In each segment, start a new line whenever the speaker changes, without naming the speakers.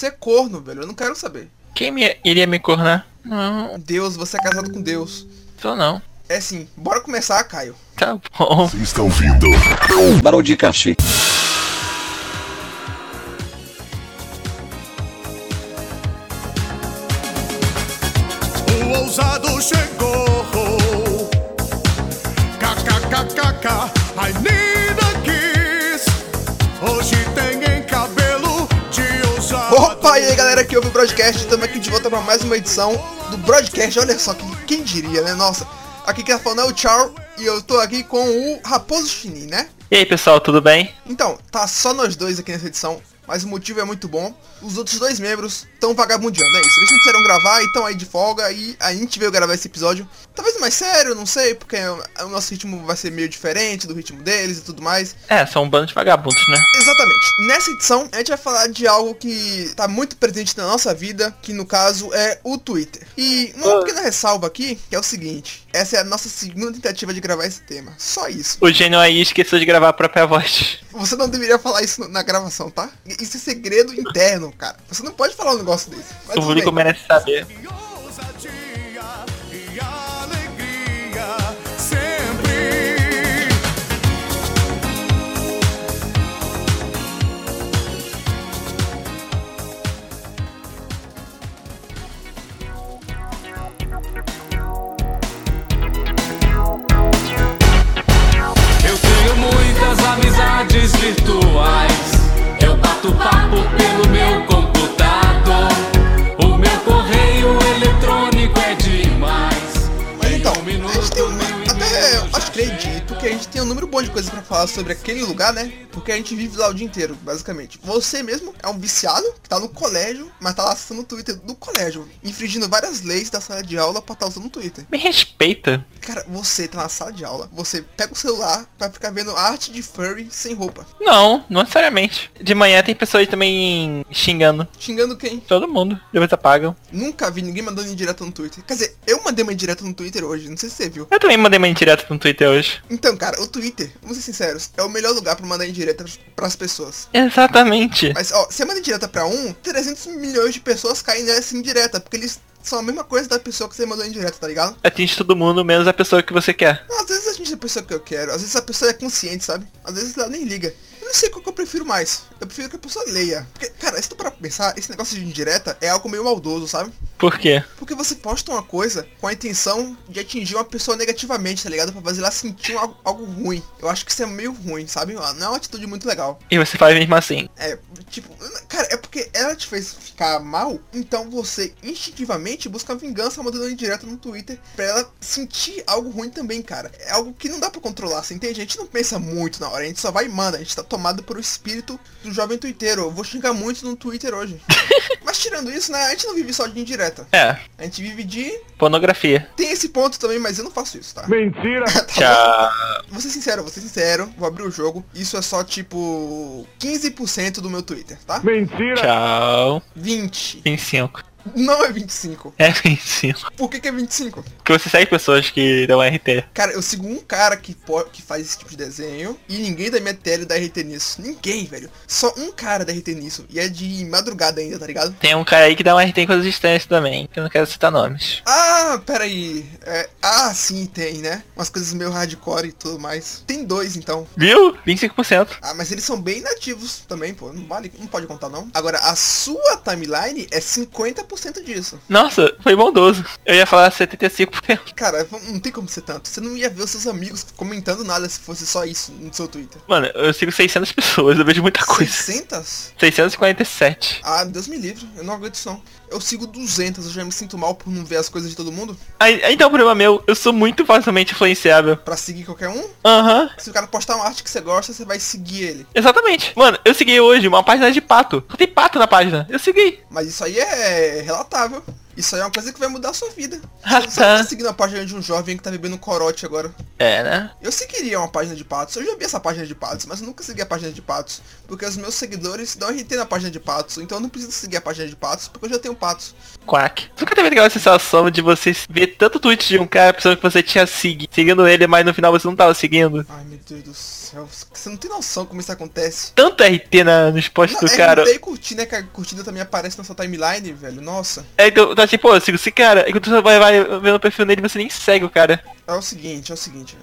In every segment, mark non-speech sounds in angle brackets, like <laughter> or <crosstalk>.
Você é corno, velho. Eu não quero saber.
Quem me- iria me cornar? Não,
Deus, você é casado com Deus.
tô não.
É assim, bora começar, Caio.
Tá bom.
Vocês estão ouvindo?
Barão de cachê.
O ousado chegou. KKKKK, a Nina Kiss. Hoje tem em cabelo de ousado.
Opa, e aí galera que ouve o broadcast, estamos aqui de volta para mais uma edição do broadcast. Olha só, que- quem diria, né? Nossa, aqui quem tá falando é o Charles e eu tô aqui com o Raposo Chinin, né?
E aí, pessoal, tudo bem?
Então, tá só nós dois aqui nessa edição, mas o motivo é muito bom. Os outros dois membros estão vagabundeando, é isso. Eles não quiseram gravar e estão aí de folga e a gente veio gravar esse episódio. Talvez mais sério, não sei, porque o nosso ritmo vai ser meio diferente do ritmo deles e tudo mais.
É, são um bando de vagabundos, né?
Exatamente. Nessa edição, a gente vai falar de algo que tá muito presente na nossa vida, que no caso é o Twitter. E uma pequena ressalva aqui, que é o seguinte. Essa é a nossa segunda tentativa de gravar esse tema. Só isso.
O gênio aí esqueceu de gravar a própria voz.
Você não deveria falar isso na gravação, tá? Isso é segredo interno, cara. Você não pode falar um negócio desse. Mas
o
tudo
público
bem.
merece saber.
E ousadia e alegria sempre.
Eu tenho muitas amizades virtuais. Eu bato papo pelo meu computador. O meu correio eletrônico é demais.
Mas então,
Em um
a gente tem um...
minuto, meu
Até eu
e-mail já
acredito que a gente tem um número bom de coisas pra falar sobre aquele lugar, né? Porque a gente vive lá o dia inteiro, basicamente. Você mesmo é um viciado que tá no colégio, mas tá lá acessando o Twitter do colégio, infringindo várias leis da sala de aula pra estar usando o Twitter.
Me respeita.
Cara, você tá na sala de aula, você pega o celular pra ficar vendo arte de furry sem roupa.
Não, não necessariamente. De manhã tem pessoas também xingando.
Xingando quem?
Todo mundo. Depois apagam.
Nunca vi ninguém mandando indireta no Twitter. Quer dizer, eu mandei uma indireta no Twitter hoje, não sei se você viu.
Eu também mandei uma indireta no Twitter hoje.
Então, cara, o Twitter, vamos ser sinceros, é o melhor lugar pra mandar indireta pras pessoas.
Exatamente.
Mas, ó, você manda indireta pra um, 300 milhões de pessoas caem nessa indireta, porque eles são a mesma coisa da pessoa que você mandou indireta, tá ligado?
Atinge todo mundo, menos a pessoa que você quer.
Às vezes a gente é a pessoa que eu quero, às vezes a pessoa é consciente, sabe? Às vezes ela nem liga. Eu não sei qual que eu prefiro mais. Eu prefiro que a pessoa leia. Porque, cara, se tu parar pra pensar, esse negócio de indireta é algo meio maldoso, sabe?
Por quê?
Porque você posta uma coisa com a intenção de atingir uma pessoa negativamente, tá ligado? Pra fazer ela sentir um, algo, algo ruim. Eu acho que isso é meio ruim, sabe? Não é uma atitude muito legal.
E você faz mesmo assim.
É, tipo, cara, é porque ela te fez ficar mal, então você instintivamente busca vingança mandando indireta no Twitter pra ela sentir algo ruim também, cara. É algo que não dá pra controlar, você entende? A gente não pensa muito na hora, a gente só vai e manda. A gente tá tomado pelo espírito do jovem twitteiro. Eu vou xingar muito no Twitter hoje. Mas tirando isso, né? A gente não vive só de indireta.
É,
A gente vive de
pornografia.
tem esse ponto também, mas eu não faço isso, tá?
Mentira!
Tchau.
Vou ser sincero, vou ser sincero, vou abrir o jogo. Isso é só tipo 15% do meu Twitter, tá?
Mentira!
Tchau.
20.
25.
Não é 25.
É 25.
Por que, que é 25?
Que você segue pessoas que dão RT.
Cara, eu sigo um cara que, po- que faz esse tipo de desenho e ninguém da minha tele dá RT nisso. Ninguém, velho. Só um cara dá RT nisso. E é de madrugada ainda, tá ligado?
Tem um cara aí que dá um RT em coisas distantes também, que eu não quero citar nomes.
Ah, peraí. É, ah, sim, tem, né? Umas coisas meio hardcore e tudo mais. Tem dois, então.
Viu? 25%.
Ah, mas eles são bem nativos também, pô. Não vale, não pode contar não. Agora, a sua timeline é 50% disso.
Nossa, foi bondoso. Eu ia falar 75%.
Cara, não tem como ser tanto. Você não ia ver os seus amigos comentando nada se fosse só isso no seu Twitter.
Mano, eu sigo 600 pessoas, eu vejo muita coisa.
600?
647.
Ah, Deus me livre. Eu não aguento isso não. Eu sigo 200, eu já me sinto mal por não ver as coisas de todo mundo.
Aí, aí tá o problema meu, eu sou muito facilmente influenciável.
Pra seguir qualquer um.
Aham,
Se o cara postar uma arte que você gosta, você vai seguir ele.
exatamente. Mano, eu segui hoje uma página de pato. Só tem pato na página. Eu segui.
Mas isso aí é relatável. Isso aí é uma coisa que vai mudar a sua vida.
Ah,
Você não
tá.
tá seguindo a página de um jovem que tá bebendo corote agora.
É, né?
Eu seguiria uma página de patos. Eu já vi essa página de patos, mas eu nunca segui a página de patos. Porque os meus seguidores dão RT na página de patos. Então eu não preciso seguir a página de patos, porque eu já tenho patos.
Quack. Nunca teve aquela sensação de você ver tanto tweet de um cara pensando que você tinha segui seguindo ele, mas no final você não tava seguindo.
Ai meu Deus do céu. Você não tem noção como isso acontece.
Tanto RT na, nos posts
Não,
do cara.
É, e curtir, né? Que a curtida também aparece na sua timeline, velho. Nossa.
É, então, tá tipo, pô, eu sigo esse cara. Enquanto você vai, vai vendo o perfil dele, você nem segue o cara.
É o seguinte, é o seguinte.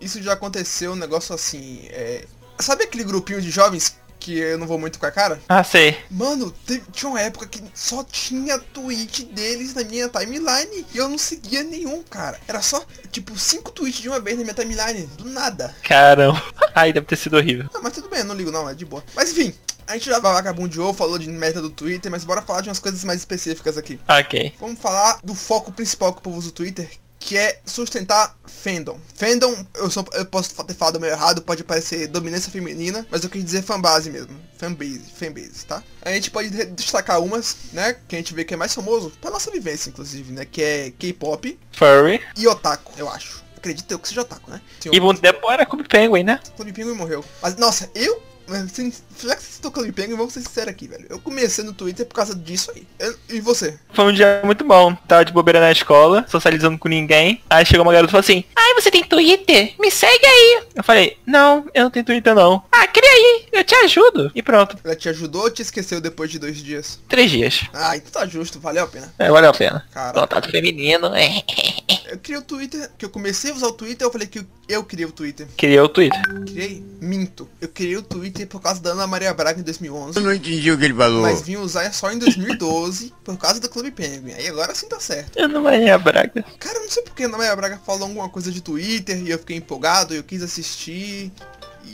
Isso já aconteceu um negócio assim. é, Sabe aquele grupinho de jovens que eu não vou muito com a cara?
Ah, sei.
Mano, teve- tinha uma época que só tinha tweet deles na minha timeline e eu não seguia nenhum, cara. Era só, tipo, cinco tweets de uma vez na minha timeline, do nada.
Caramba. <laughs> Ai, deve ter sido horrível.
Ah, mas tudo bem, eu não ligo não, é de boa. Mas enfim, a gente já vagabundeou, falou de meta do Twitter, mas bora falar de umas coisas mais específicas aqui.
Ok.
Vamos falar do foco principal que o povo usa o Twitter, que é sustentar fandom. Fandom, eu, sou, eu posso ter falado meio errado, pode parecer dominância feminina, mas eu quis dizer fanbase mesmo. Fanbase, fanbase, tá? A gente pode de- destacar umas, né, que a gente vê que é mais famoso, pra nossa vivência, inclusive, né, que é K-pop
Furry.
e otaku, eu acho. Acredito eu que seja otaku, né? um Tem
E Bundepo era Clube Penguin, né?
Clube Penguin morreu. Mas, nossa, eu... mas, sim, Já que você citou Clube Penguin, vamos ser sinceros aqui, velho. Eu comecei no Twitter por causa disso aí. Eu- e você?
Foi um dia muito bom. Tava de bobeira na escola, socializando com ninguém. Aí chegou uma garota e falou assim: Ai, você tem Twitter? Me segue aí. Eu falei: Não, eu não tenho Twitter não. Ah, cria aí, eu te ajudo. E pronto,
Ela te ajudou ou te esqueceu depois de dois dias?
três dias.
Ah, então tá justo, valeu a pena.
É, valeu a pena.
Cara,
Contato feminino, é. <laughs>
eu criei o Twitter, que eu comecei a usar o Twitter, eu falei que eu criei o Twitter.
Criou o Twitter.
Criei? Minto. Eu criei o Twitter por causa da Ana Maria Braga em 2011,
Eu não entendi o que ele falou.
mas vim usar só em 2012 por causa do Clube Penguin. Aí agora sim tá certo.
Eu não ia braga.
Cara, eu não sei porque a Ana Maria Braga falou alguma coisa de Twitter e eu fiquei empolgado, eu quis assistir.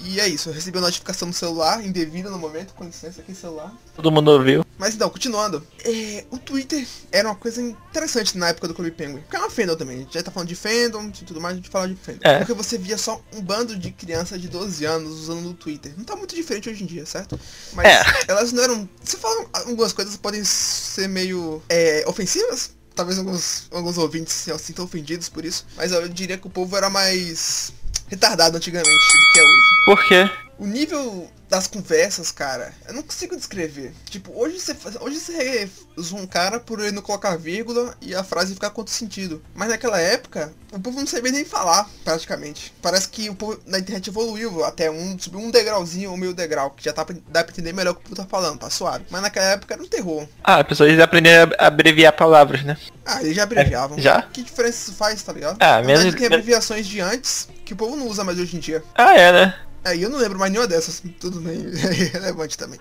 E é isso, eu recebi uma notificação no celular, indevida no momento, com licença aqui celular.
Todo mundo ouviu.
Mas então, continuando. É, o Twitter era uma coisa interessante na época do Clube Penguin. Porque é uma fandom também. A gente já tá falando de fandom e tudo mais, a gente fala de fandom.
É.
Porque você via só um bando de crianças de 12 anos usando o Twitter. Não tá muito diferente hoje em dia, certo? Mas
É.
elas não eram... Se falam algumas coisas que podem ser meio é, ofensivas. Talvez alguns, alguns ouvintes se sintam ofendidos por isso. Mas eu diria que o povo era mais retardado antigamente do que é hoje.
Por quê?
O nível das conversas, cara, eu não consigo descrever. Tipo, hoje você, faz- hoje você zoa um cara por ele não colocar vírgula e a frase ficar com outro sentido. Mas naquela época, o povo não sabia nem falar, praticamente. Parece que o povo na internet evoluiu até um, subiu um degrauzinho ou meio degrau, que já tá, pra- dá pra entender melhor o que o povo tá falando, tá suave. Mas naquela época era um terror.
Ah, as pessoas aprenderam a abreviar palavras, né?
Ah, eles já abreviavam.
já?
Que diferença isso faz, tá ligado?
Ah,
Na
menos-
verdade, tem
men-
abreviações de antes que o povo não usa mais hoje em dia.
Ah, é, né?
Aí eu não lembro mais nenhuma dessas, tudo bem, <laughs> é irrelevante também.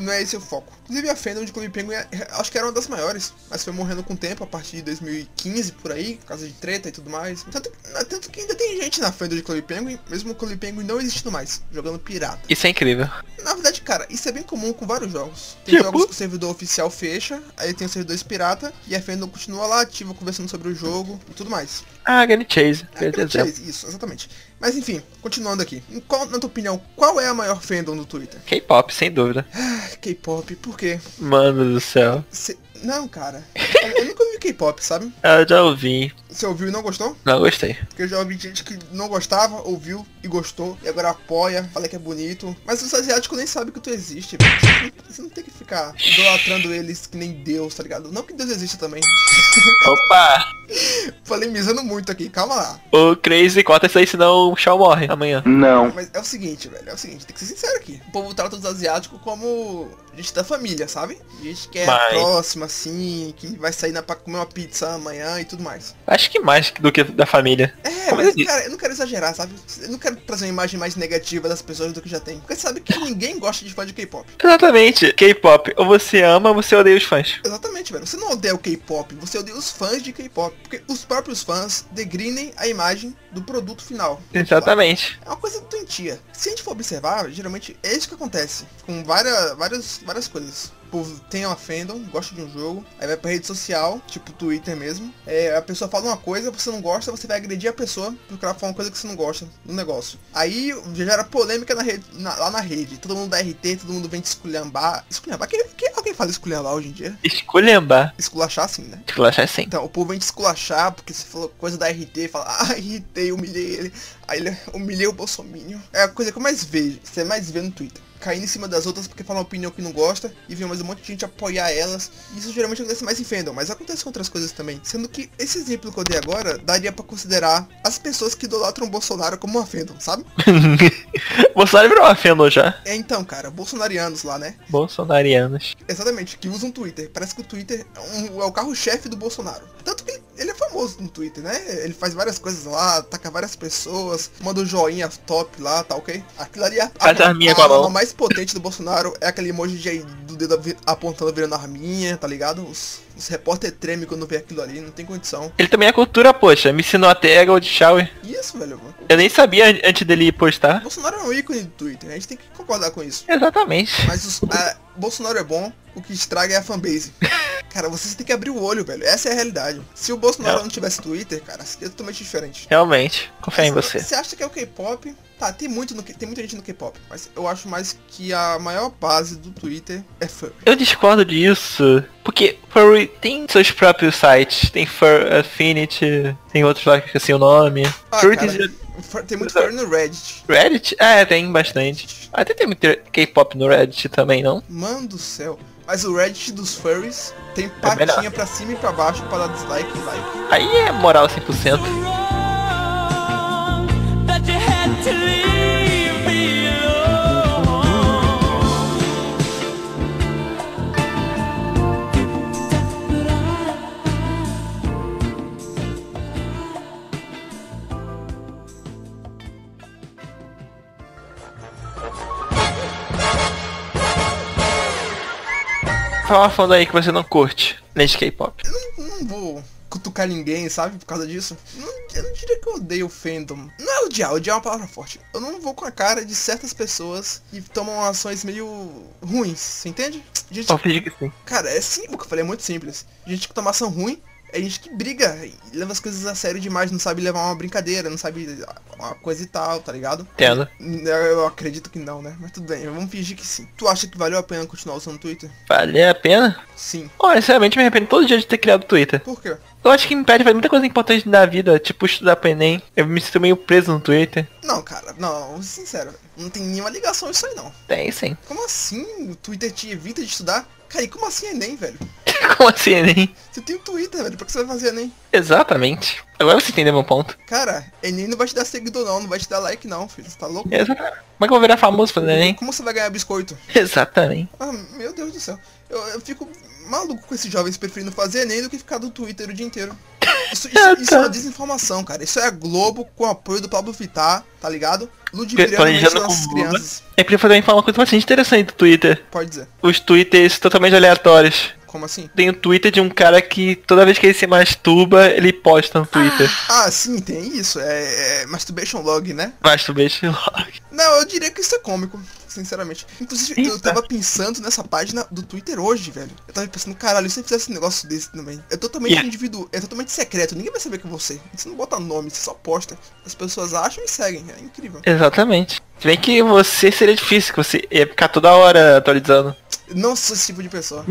Não é esse o foco. Inclusive a fandom de Clube Penguin, é- acho que era uma das maiores, mas foi morrendo com o tempo, a partir de 2015, por aí, por causa de treta e tudo mais. Tanto, é, tanto que ainda tem gente na fandom de Clube Penguin, mesmo o Clube Penguin não existindo mais, jogando pirata.
Isso é incrível.
Na verdade, cara, isso é bem comum com vários jogos. Tem
Tipo?
jogos que o servidor oficial fecha, aí tem os servidores pirata, e a fandom continua lá, ativa, conversando sobre o jogo e tudo mais.
Ah, Granny Chase. Grande
Pelo
exemplo.
Chase, Isso, exatamente. Mas enfim, continuando aqui. Em qual- na tua opinião, qual é a maior fandom do Twitter?
K-pop, sem dúvida.
Ah, K-pop, por quê?
Mano do céu.
Cê- Não, <laughs> cara. Eu, eu nunca ouvi K-pop, sabe?
Ah, Eu já ouvi.
Você ouviu e não gostou?
Não gostei.
Porque eu já ouvi gente que não gostava, ouviu e gostou, e agora apoia, fala que é bonito. Mas os asiáticos nem sabem que tu existe, velho. Você não- Você não tem que ficar idolatrando eles que nem Deus, tá ligado? Não que Deus exista também.
Opa!
Falei misando muito aqui, calma lá.
O Crazy corta isso aí, senão o Shaw morre amanhã.
Mas é o seguinte, velho, é o seguinte, tem que ser sincero aqui. O povo trata os asiáticos como gente da família, sabe? Gente que é
Mas-
próxima, assim, que vai sair na- pra comer uma pizza amanhã e tudo mais.
Acho que mais do que da família.
É,
Como
mas,
eu disse.
cara, eu não quero exagerar, sabe? Eu não quero trazer uma imagem mais negativa das pessoas do que já tem. Porque você sabe que ninguém gosta de fã de K-pop.
Exatamente. K-pop. Ou você ama ou você odeia os fãs.
Exatamente, velho. Você não odeia o K-pop, você odeia os fãs de K-pop. Porque os próprios fãs degrinem a imagem do produto final.
Exatamente.
É uma coisa doentia. Se a gente for observar, geralmente é isso que acontece. Com várias, várias, várias coisas. povo tem uma fandom, gosta de um jogo, aí vai pra rede social, tipo Twitter mesmo. É, a pessoa fala uma coisa, você não gosta, você vai agredir a pessoa porque ela fala uma coisa que você não gosta no negócio. Aí já gera polêmica na rede, na- lá na rede. Todo mundo dá RT, todo mundo vem te esculhambar. Esculhambar? Quem, quem- alguém fala esculhambar hoje em dia?
Esculhambar.
Esculachar assim, né?
Esculachar sim.
Então, o povo vem te esculachar porque você falou coisa da RT, fala, ah, irritei, humilhei ele. Aí ele humilhei o Bolsominion. É a coisa que eu mais vejo, você mais vê no Twitter. Caindo em cima das outras porque fala uma opinião que não gosta e vem mais um monte de gente apoiar elas. Isso geralmente acontece mais em fandom, mas acontece com outras coisas também. Sendo que esse exemplo que eu dei agora daria pra considerar as pessoas que idolatram o Bolsonaro como uma fandom, sabe?
<laughs> Bolsonaro virou uma fenda já.
É então, cara, bolsonarianos lá, né?
Bolsonarianos.
Exatamente, que usam o Twitter. Parece que o Twitter é, um- é o carro-chefe do Bolsonaro. Tanto que ele, ele é famoso no Twitter, né? Ele faz várias coisas lá, ataca várias pessoas, manda um joinha top lá, tá ok? Aquilo ali é a,
Faz arminha com a
arma
mão.
mais potente do Bolsonaro. É aquele emoji de, aí do dedo avi- apontando virando arminha, tá ligado? Os, os repórter treme quando vê aquilo ali, não tem condição.
Ele também é cultura, poxa. Me ensinou até Gold Shower.
E isso, velho. mano.
Eu nem sabia an- antes dele
O
postar.
Bolsonaro é um ícone do Twitter, a gente tem que concordar com isso.
Exatamente.
Mas os, a- Bolsonaro é bom, o que estraga é a fanbase. Cara, vocês têm que abrir o olho, velho. Essa é a realidade. Se o Bolsonaro
É.
não tivesse Twitter, cara, seria totalmente diferente.
Realmente. Confia em
Mas
você.
Você acha que é o K-pop? Tá, tem muito no, K- tem muita gente no K-pop, mas eu acho mais que a maior base do Twitter é furry.
Eu discordo disso. Porque Furry tem seus próprios sites. Tem Fur Affinity. Tem outros lá que eu esqueci o nome.
Ah,
furry
cara,
tem
fur- tem muito furry no Reddit.
Reddit? É, tem bastante. Até tem muito K-pop no Reddit também, não?
Mano do céu. Mas o Reddit dos furries tem
É melhor.
patinha pra cima e pra baixo pra dar dislike e like.
Aí é moral 100%.
that you had to leave me alone.
Fala uma fanda aí que você não curte, nem de K-pop.
Eu não vou cutucar ninguém, sabe? Por causa disso. Não- eu não diria que eu odeio o fandom. Não é odiar, odiar é uma palavra forte. Eu não vou com a cara de certas pessoas que tomam ações meio ruins, você entende? Gente,
Só finge que sim.
cara, é simples, o que eu falei é muito simples. Gente que toma ação ruim é gente que briga, e leva as coisas a sério demais, não sabe levar uma brincadeira, não sabe uma coisa e tal, tá ligado?
Entendo.
Eu acredito que não, né? Mas tudo bem, vamos fingir que sim. Tu acha que valeu a pena continuar usando o Twitter?
Valeu a pena?
Sim.
Olha, sinceramente me arrependo todo dia de ter criado o Twitter.
Por quê?
Eu acho que me impede de fazer muita coisa importante na vida, tipo estudar pro Enem. Eu me sinto meio preso no Twitter.
Não, cara, não, sincero, não tem nenhuma ligação isso aí não.
Tem sim. <laughs>
Como assim o Twitter te evita de estudar? Cara, e como assim Enem, velho?
Como assim, Enem?
Você tem o Twitter, velho, pra que você vai fazer Enem?
Exatamente. Agora você entendeu meu ponto.
Cara, Enem não vai te dar seguidor não, não vai te dar like não, filho, você tá louco?
Exatamente. Como é que eu vou virar famoso fazendo Enem? <laughs>
Como você vai ganhar biscoito?
Exatamente.
Ah, meu Deus do céu. Eu, eu fico maluco com esses jovens preferindo fazer Enem do que ficar no Twitter o dia inteiro. Isso,
Ah, <laughs>
isso, isso é
tá.
uma desinformação, cara. Isso é a Globo com apoio do Pablo Vittar, tá ligado? Ludibriando a mente
Planejando
das
com
nossas
Lula.
é crianças.
Eu queria fazer falar uma coisa bastante interessante do Twitter.
Pode dizer.
Os Twitters totalmente aleatórios.
Como assim?
Tem o Twitter de um cara que toda vez que ele se masturba, ele posta no Twitter.
Ah, sim, tem isso. É, é masturbation log, né?
Masturbation log.
Não, eu diria que isso é cômico, sinceramente. Inclusive, eu
Eita.
tava pensando nessa página do Twitter hoje, velho. Eu tava pensando, caralho, e se eu fizesse um negócio desse também? É totalmente
Yeah.
individual, é totalmente secreto, ninguém vai saber que é você. Você não bota nome, você só posta. As pessoas acham e seguem, é incrível.
Exatamente. Se bem que você seria difícil, que você ia ficar toda hora atualizando.
Eu Não sou esse tipo de pessoa.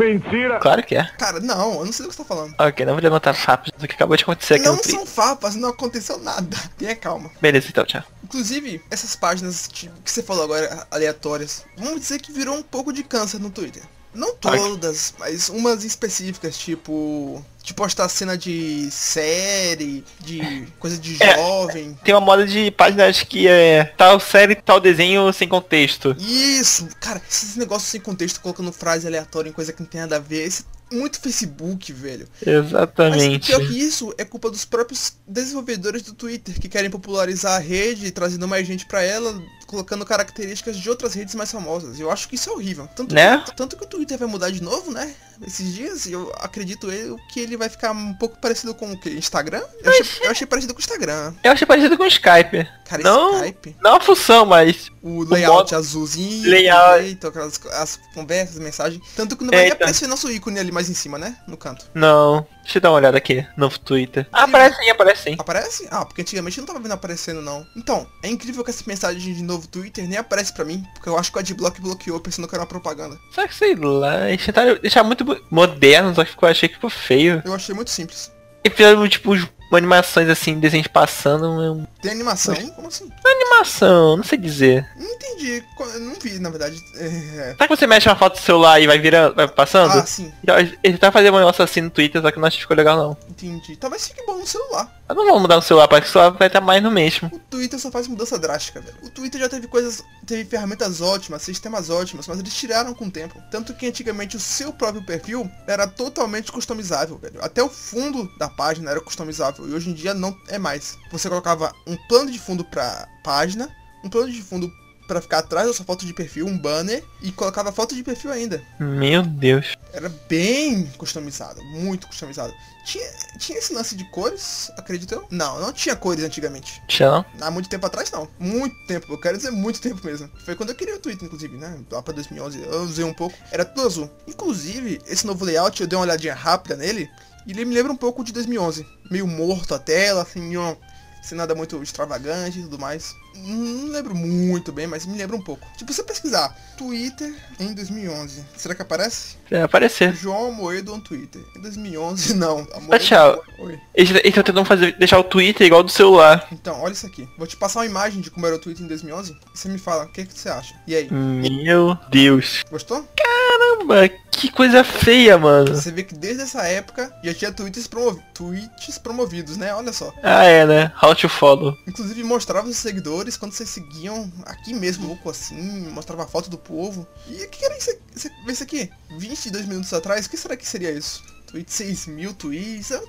Claro que é.
Cara, não, eu não sei do que você tá falando.
Ok, não vou levantar fatos do É que um acabou de acontecer aqui
Não
no Twitter.
são farpas, não aconteceu nada. Tenha calma.
Beleza, então, tchau.
Inclusive, essas páginas tipo, que você falou agora, aleatórias, vamos dizer que virou um pouco de câncer no Twitter. Não todas, mas umas específicas, tipo. De postar cena de série, de coisa de
É.
jovem.
Tem uma moda de páginas que é tal série, tal desenho sem contexto.
Isso! Cara, esses negócios sem contexto, colocando frase aleatória em coisa que não tem nada a ver. Isso é muito Facebook, velho. Mas
Exatamente.
pior que isso é culpa dos próprios desenvolvedores do Twitter, que querem popularizar a rede, trazendo mais gente pra ela, colocando características de outras redes mais famosas. Eu acho que isso é horrível. Tanto,
Né?
que, tanto que o Twitter vai mudar de novo, né? Esses dias, eu acredito eu que ele vai ficar um pouco parecido com o quê? Instagram? Eu
é.
achei, eu achei parecido com o Instagram.
Eu achei parecido com o Skype.
Cara, esse
não,
Skype.
não a função, mas
O layout
modo-
azulzinho,
Layout.
direito, aquelas as conversas, mensagens. Tanto que não
É,
vai nem
então.
aparecer nosso ícone ali mais em cima, né? No canto.
não. Deixa eu dar uma olhada aqui no Twitter. Ah, aparece sim, aparece sim.
Aparece? Ah, porque antigamente eu não tava vendo aparecendo, não. Então, é incrível que essa mensagem de novo Twitter nem aparece pra mim, porque eu acho que o Adblock bloqueou pensando que era uma propaganda.
Só que sei lá, eles tentaram deixar muito bo- moderno, só que ficou- achei que ficou feio.
Eu achei muito simples.
E fizeram tipo uns- uma animações assim, desenhos passando, uma
Tem animação? Como assim?
animação, não sei dizer.
Não entendi. Co- eu Não vi, na verdade. É...
Sabe que você mexe uma foto do celular e vai virando, vai passando?
Ah, sim.
Então, Ele tá fazendo um negócio assim no Twitter, só que eu não achei que ficou legal não.
Entendi. Talvez fique bom no celular.
Eu não vou mudar no celular, parece que o celular vai estar mais no mesmo.
O Twitter só faz mudança drástica, velho. O Twitter já teve coisas. Teve ferramentas ótimas, sistemas ótimos, mas eles tiraram com o tempo. Tanto que antigamente o seu próprio perfil era totalmente customizável, velho. Até o fundo da página era customizável. E hoje em dia não é mais. Você colocava um plano de fundo pra página, um plano de fundo pra ficar atrás da sua foto de perfil, um banner, e colocava foto de perfil ainda.
Meu Deus.
Era bem customizado, muito customizado. Tinha, tinha esse lance de cores, acredito eu? Não, não tinha cores antigamente.
Tinha não?
Há muito tempo atrás, não. Muito tempo, eu quero dizer muito tempo mesmo. Foi quando eu criei o Twitter, inclusive, né? Lá pra 2011, eu usei um pouco. Era tudo azul. Inclusive, esse novo layout, eu dei uma olhadinha rápida nele, e ele me lembra um pouco de 2011. Meio morto a tela, assim, nenhuma- sem nada muito extravagante e tudo mais. Não lembro muito bem, mas me lembra um pouco. Tipo, se eu pesquisar Twitter em 2011, será que aparece?
Vai é, aparecer.
João Amoedo no Twitter. Em 2011, <laughs> não. Amoedo-
Mas, tchau.
Oi.
Eles eles estão tentando fazer, deixar o Twitter igual do celular.
Então, olha isso aqui. Vou te passar uma imagem de como era o Twitter em 2011. E você me fala, o que, que você acha? E aí,
Hum. Meu Deus.
gostou?
Caramba, que coisa feia, mano.
Você vê que desde essa época já tinha tweets, promo- tweets promovidos, né? Olha só.
Ah, é, né? How to follow.
Inclusive mostrava os seguidores quando vocês seguiam aqui mesmo, louco assim, mostrava a foto do povo. E o que que era isso aqui? Você- vê isso aqui? 22 minutos atrás, o que será que seria isso? Tweet 6 mil tweets. é-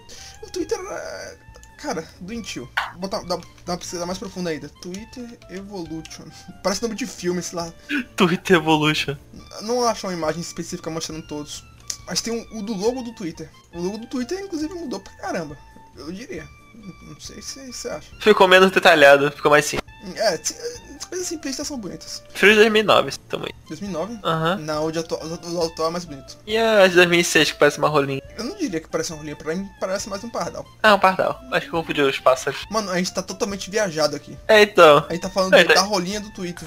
O Twitter era. Cara, doentio. Vou botar, dar, dar uma pesquisa mais profunda ainda. Twitter Evolution. <laughs> Parece nome de filme, sei lá.
Twitter Evolution.
Não acho uma imagem específica mostrando todos. Mas tem um- o do logo do Twitter. O logo do Twitter, inclusive, mudou pra caramba. Eu diria. Não sei se você acha.
Ficou menos detalhado, ficou mais simples.
É, t- as coisas simplistas são bonitas.
Frio de 2009, também.
2009?
Aham.
Não, o de atual, o do atual é mais bonito.
E as de 2006, que parece uma rolinha.
Eu não diria que parece uma rolinha, pra mim parece mais um pardal.
Ah, um pardal. Acho que eu confundi os pássaros.
Mano, a gente tá totalmente viajado aqui.
É, então. <laughs>
A gente tá falando
É,
da
tá-
rolinha do Twitter.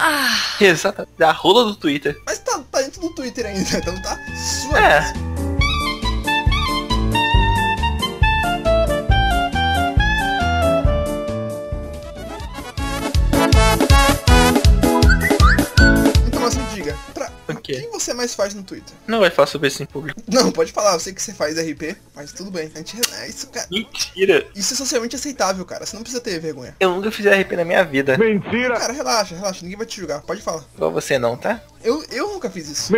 Exatamente. Da rola do Twitter.
Mas tá, tá dentro do Twitter ainda, <laughs> então tá sua.
É. É.
Então, mas me diga, pra...
O quê?
quem você mais faz no Twitter?
Não vai falar sobre isso em público.
Não, pode falar, eu sei que você faz RP, mas tudo bem. A gente... é, isso, cara...
Mentira.
isso é socialmente aceitável, cara. Você não precisa ter vergonha.
Eu nunca fiz RP na minha vida.
Cara, relaxa, relaxa, ninguém vai te julgar. Pode falar.
Igual você não, tá?
Eu, eu nunca fiz isso.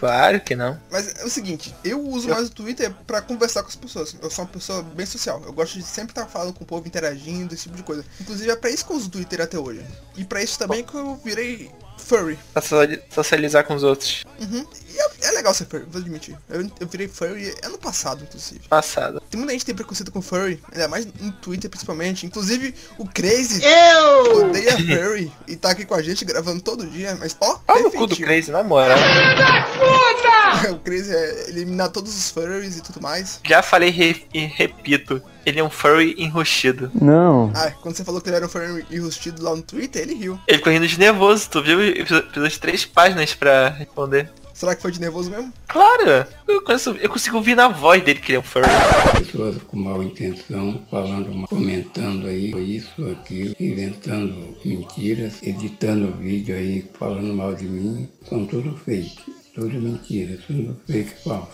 Claro que não.
Mas é o seguinte, eu uso mais o Twitter pra conversar com as pessoas. Eu sou uma pessoa bem social. Eu gosto de sempre estar falando com o povo, interagindo, esse tipo de coisa. Inclusive é pra isso que eu uso o Twitter até hoje. E pra isso também que eu virei furry.
Pra sociali- socializar com os outros.
Uhum. E é, é legal ser furry, vou admitir. Eu, eu virei furry ano passado, inclusive.
Passado.
Tem muita gente que tem preconceito com furry, ainda mais no Twitter principalmente. Inclusive o Crazy odeia furry e tá aqui com a gente gravando todo dia, mas ó,
Olha no cu do
defendiu.
Crazy, na moral.
<laughs> o Crazy é eliminar todos os furries e tudo mais.
Já falei re- e repito. Ele é um furry enrustido.
Ah, quando você falou que ele era um furry enrustido lá no Twitter, ele riu.
Ele correndo de nervoso, tu viu? Eu fiz- Fiz as três páginas pra responder.
Será que foi de nervoso mesmo?
Claro! Eu, conheço- eu consigo ouvir na voz dele que ele é um furry. <laughs>
pessoas com mal intenção, falando, mal, comentando aí isso, aquilo, inventando mentiras, editando vídeo aí, falando mal de mim. São tudo fake, tudo mentira, tudo fake falso.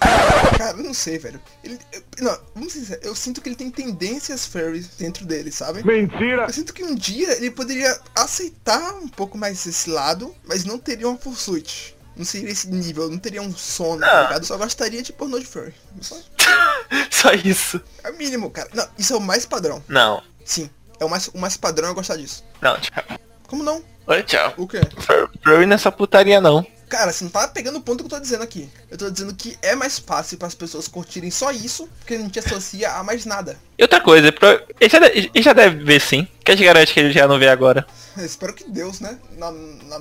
Cara, eu não sei, velho. Ele, eu, não, vamos ser sinceros, eu sinto que ele tem tendências furries dentro dele, sabe? Mentira! Eu sinto que um dia ele poderia aceitar um pouco mais esse lado, mas não teria uma pursuit. Não seria esse nível, não teria um sono, tá
Ah.
ligado? Só gostaria de pornô de furry. Só-
Só isso.
é o mínimo, cara. Não, isso é o mais padrão.
Não.
Sim, é o mais, o mais padrão é gostar disso.
Não, tipo,
Como não?
Oi, tchau.
O quê?
Pra, pra eu ir nessa putaria não.
Cara, você não tá pegando o ponto que eu tô dizendo aqui. Eu tô dizendo que é mais fácil para as pessoas curtirem só isso, porque não te associa a mais nada.
E outra coisa, pra- ele, já de- ele já deve ver sim. Que a gente garante que ele já não vê agora.
Eu espero que Deus, né? Na, na-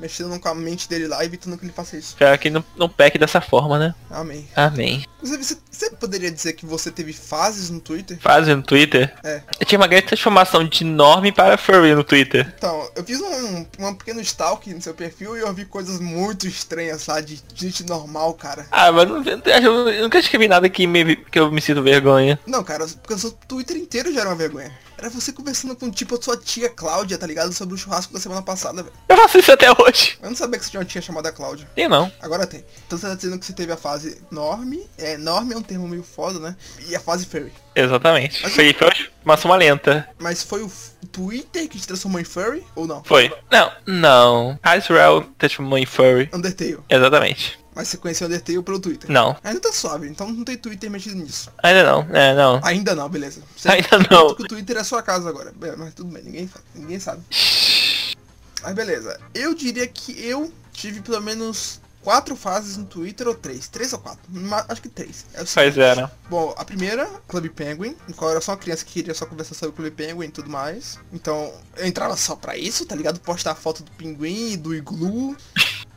mexendo com a mente dele lá, evitando que ele faça isso.
Pra que não, não peque dessa forma, né?
Amém.
Amém.
Inclusive, você, você poderia dizer que você teve fases no Twitter?
Fase no Twitter.
É.
Eu tinha uma grande transformação de norme para furry no Twitter.
Então, eu fiz um, um pequeno stalk no seu perfil e eu vi coisas muito estranhas lá de gente normal, cara.
Ah, mas não, eu, eu nunca escrevi nada que, me, que eu me sinto vergonha.
Não, cara, porque o seu Twitter inteiro já era uma vergonha. Era você conversando com, tipo, a sua tia Cláudia, tá ligado? Sobre o churrasco da semana passada, velho.
Eu faço isso até hoje.
Eu não sabia que você tinha uma tia chamada Cláudia.
Tem não.
Agora tem. Então você tá dizendo que você teve a fase norme. É, norme é um termo meio foda, né? E a fase furry.
Exatamente.
Mas-
Felipe, eu acho uma soma lenta.
Mas foi o f- Twitter que te transformou em furry ou não?
Foi. Não, não. A Israel transformou em furry.
Undertale.
Exatamente.
Mas você conheceu Undertale pelo Twitter.
Não.
Ainda tá suave, então não tem Twitter mexido nisso.
Ainda não. É, não.
Ainda não, beleza. Você
Ainda não.
que o Twitter é sua casa agora. Bem, Mas tudo bem, ninguém, fa- ninguém sabe. Mas beleza. Eu diria que eu tive pelo menos quatro fases no Twitter ou três. Três ou quatro? Ma- Acho que três. É o
Quais
seguinte.
eram?
Bom, a primeira, Club Penguin, no qual eu era só uma criança que queria só conversar sobre o Club Penguin e tudo mais. Então, eu entrava só pra isso, tá ligado? Postar foto do pinguim, do iglu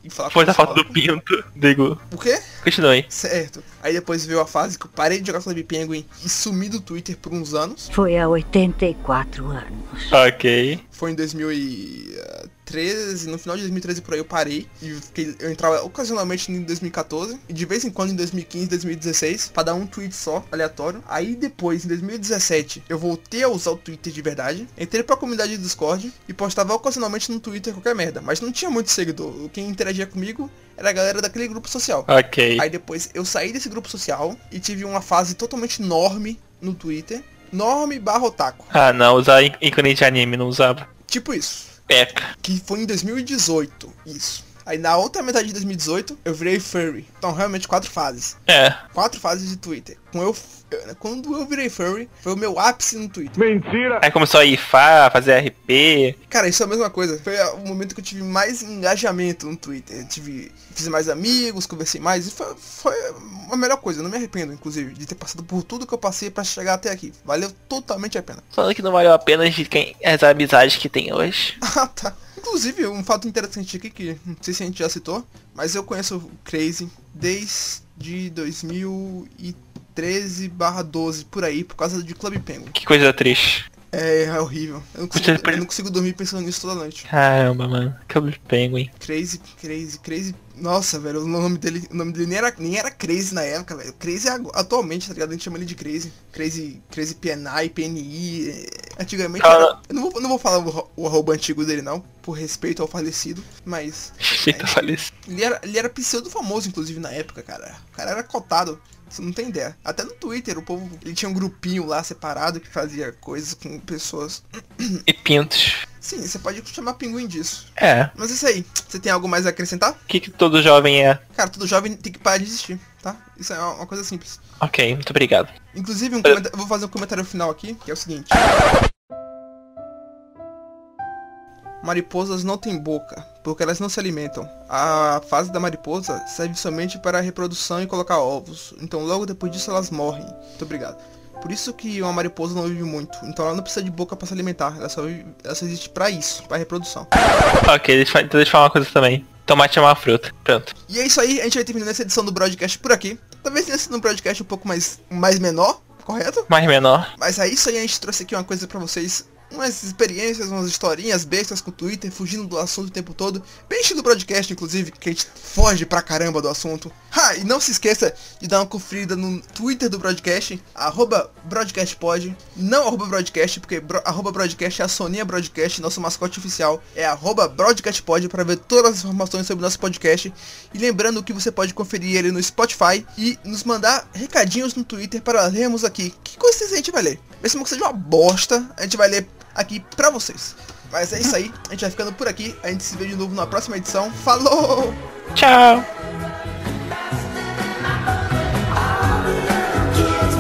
e falar
Depois da
pessoal.
foto do Pinto. Digo.
O quê?
Continue.
Certo. Aí depois veio a fase que eu parei de jogar Club Penguin e sumi do Twitter por uns anos.
Foi há 84 anos.
Ok.
Foi em 2013, no final de 2013 por aí eu parei. E eu fiquei- eu entrava ocasionalmente em 2014. E de vez em quando em 2015, 2016. Pra dar um tweet só, aleatório. Aí depois, em 2017, eu voltei a usar o Twitter de verdade. Entrei pra comunidade do Discord. E postava ocasionalmente no Twitter qualquer merda. Mas não tinha muito seguidor. Quem interagia comigo era a galera daquele grupo social.
Ok.
Aí depois eu saí desse grupo social. E tive uma fase totalmente enorme no Twitter. Norme barra otaku.
Ah, não. Usar í- ícone de anime, não usava.
Tipo isso.
Peca.
Que foi em 2018, isso. Aí na outra metade de 2018, eu virei furry. Então realmente quatro fases.
É.
Quatro fases de Twitter. Com eu, eu- quando eu virei furry, foi o meu ápice no Twitter.
Aí começou a ifar, fazer RP.
Cara, isso é a mesma coisa. Foi a- o momento que eu tive mais engajamento no Twitter. Eu tive, fiz mais amigos, conversei mais. E foi, foi a melhor coisa. Eu não me arrependo, inclusive, de ter passado por tudo que eu passei pra chegar até aqui. Valeu totalmente a pena.
Falando que não valeu a pena de quem, as amizades que tem hoje.
<laughs> Ah, tá. Inclusive, um fato interessante aqui que não sei se a gente já citou, mas eu conheço o Crazy desde 2013 12 por aí, por causa de Club Penguin.
Que coisa triste.
É, é horrível. Eu não, consigo,
Você pode-
eu não consigo dormir pensando nisso toda noite.
Caramba, mano. Club Penguin.
Crazy, Crazy, Crazy. Nossa, velho, o nome dele, o nome dele nem, era, nem era Crazy na época, velho. Crazy é agu- atualmente, tá ligado? A gente chama ele de Crazy. Crazy, Crazy PNI, PNI. é, Antigamente
Cara-
era- Eu não vou, não vou falar o, ro- o arroba antigo dele não, por respeito ao falecido, mas.
Feita falecido.
Ele era, ele era pseudo famoso, inclusive, na época, cara. O cara era cotado. Você não tem ideia. Até no Twitter, o povo. Ele tinha um grupinho lá separado que fazia coisas com pessoas.
E pintos.
Sim, você pode chamar pinguim disso.
É.
Mas isso aí. Você tem algo mais a acrescentar?
O que, que todo jovem é?
Cara, todo jovem tem que parar de existir, tá? Isso é uma uma coisa simples.
Ok, muito obrigado.
Inclusive, um comenta- eu vou fazer um comentário final aqui, que é o seguinte. Mariposas não têm boca, porque elas não se alimentam. A fase da mariposa serve somente para a reprodução e colocar ovos, então logo depois disso elas morrem. Muito obrigado. Por isso que uma mariposa não vive muito, então ela não precisa de boca para se alimentar, ela só, vive- ela só existe para isso, para reprodução.
Ok, deixa, então deixa eu falar uma coisa também. Tomate é uma fruta. Pronto.
E é isso aí, a gente vai terminando essa edição do broadcast por aqui. Talvez tenha sido um broadcast um pouco mais, mais menor, correto?
Mais menor.
Mas é isso aí, a gente trouxe aqui uma coisa pra vocês. Umas experiências, umas historinhas bestas com o Twitter, fugindo do assunto o tempo todo. Bem estilo broadcast, inclusive, que a gente foge pra caramba do assunto. Ah, e não se esqueça de dar uma conferida no Twitter do broadcast, arroba broadcastpod, não arroba broadcast, porque bro- arroba broadcast é a Soninha Broadcast, nosso mascote oficial, é arroba broadcastpod para ver todas as informações sobre o nosso podcast. E lembrando que você pode conferir ele no Spotify e nos mandar recadinhos no Twitter para lermos aqui. Que coisa a gente vai ler? Mesmo que seja uma bosta, a gente vai ler aqui pra vocês. Mas é isso aí, a gente vai ficando por aqui, a gente se vê de novo na próxima edição. Falou!
Tchau.
All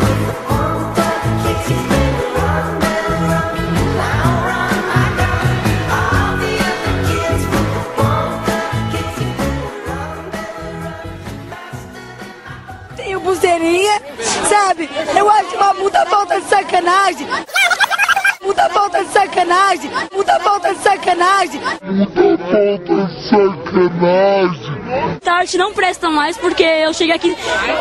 the other kids. sabe? Eu acho uma puta falta de sacanagem. Puta falta de sacanagem. Puta falta de sacanagem.
tarde não prestam mais porque eu cheguei aqui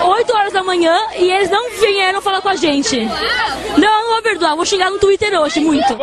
8 horas da manhã e eles não vieram falar com a gente. Não, não vou perdoar, vou xingar no Twitter hoje muito.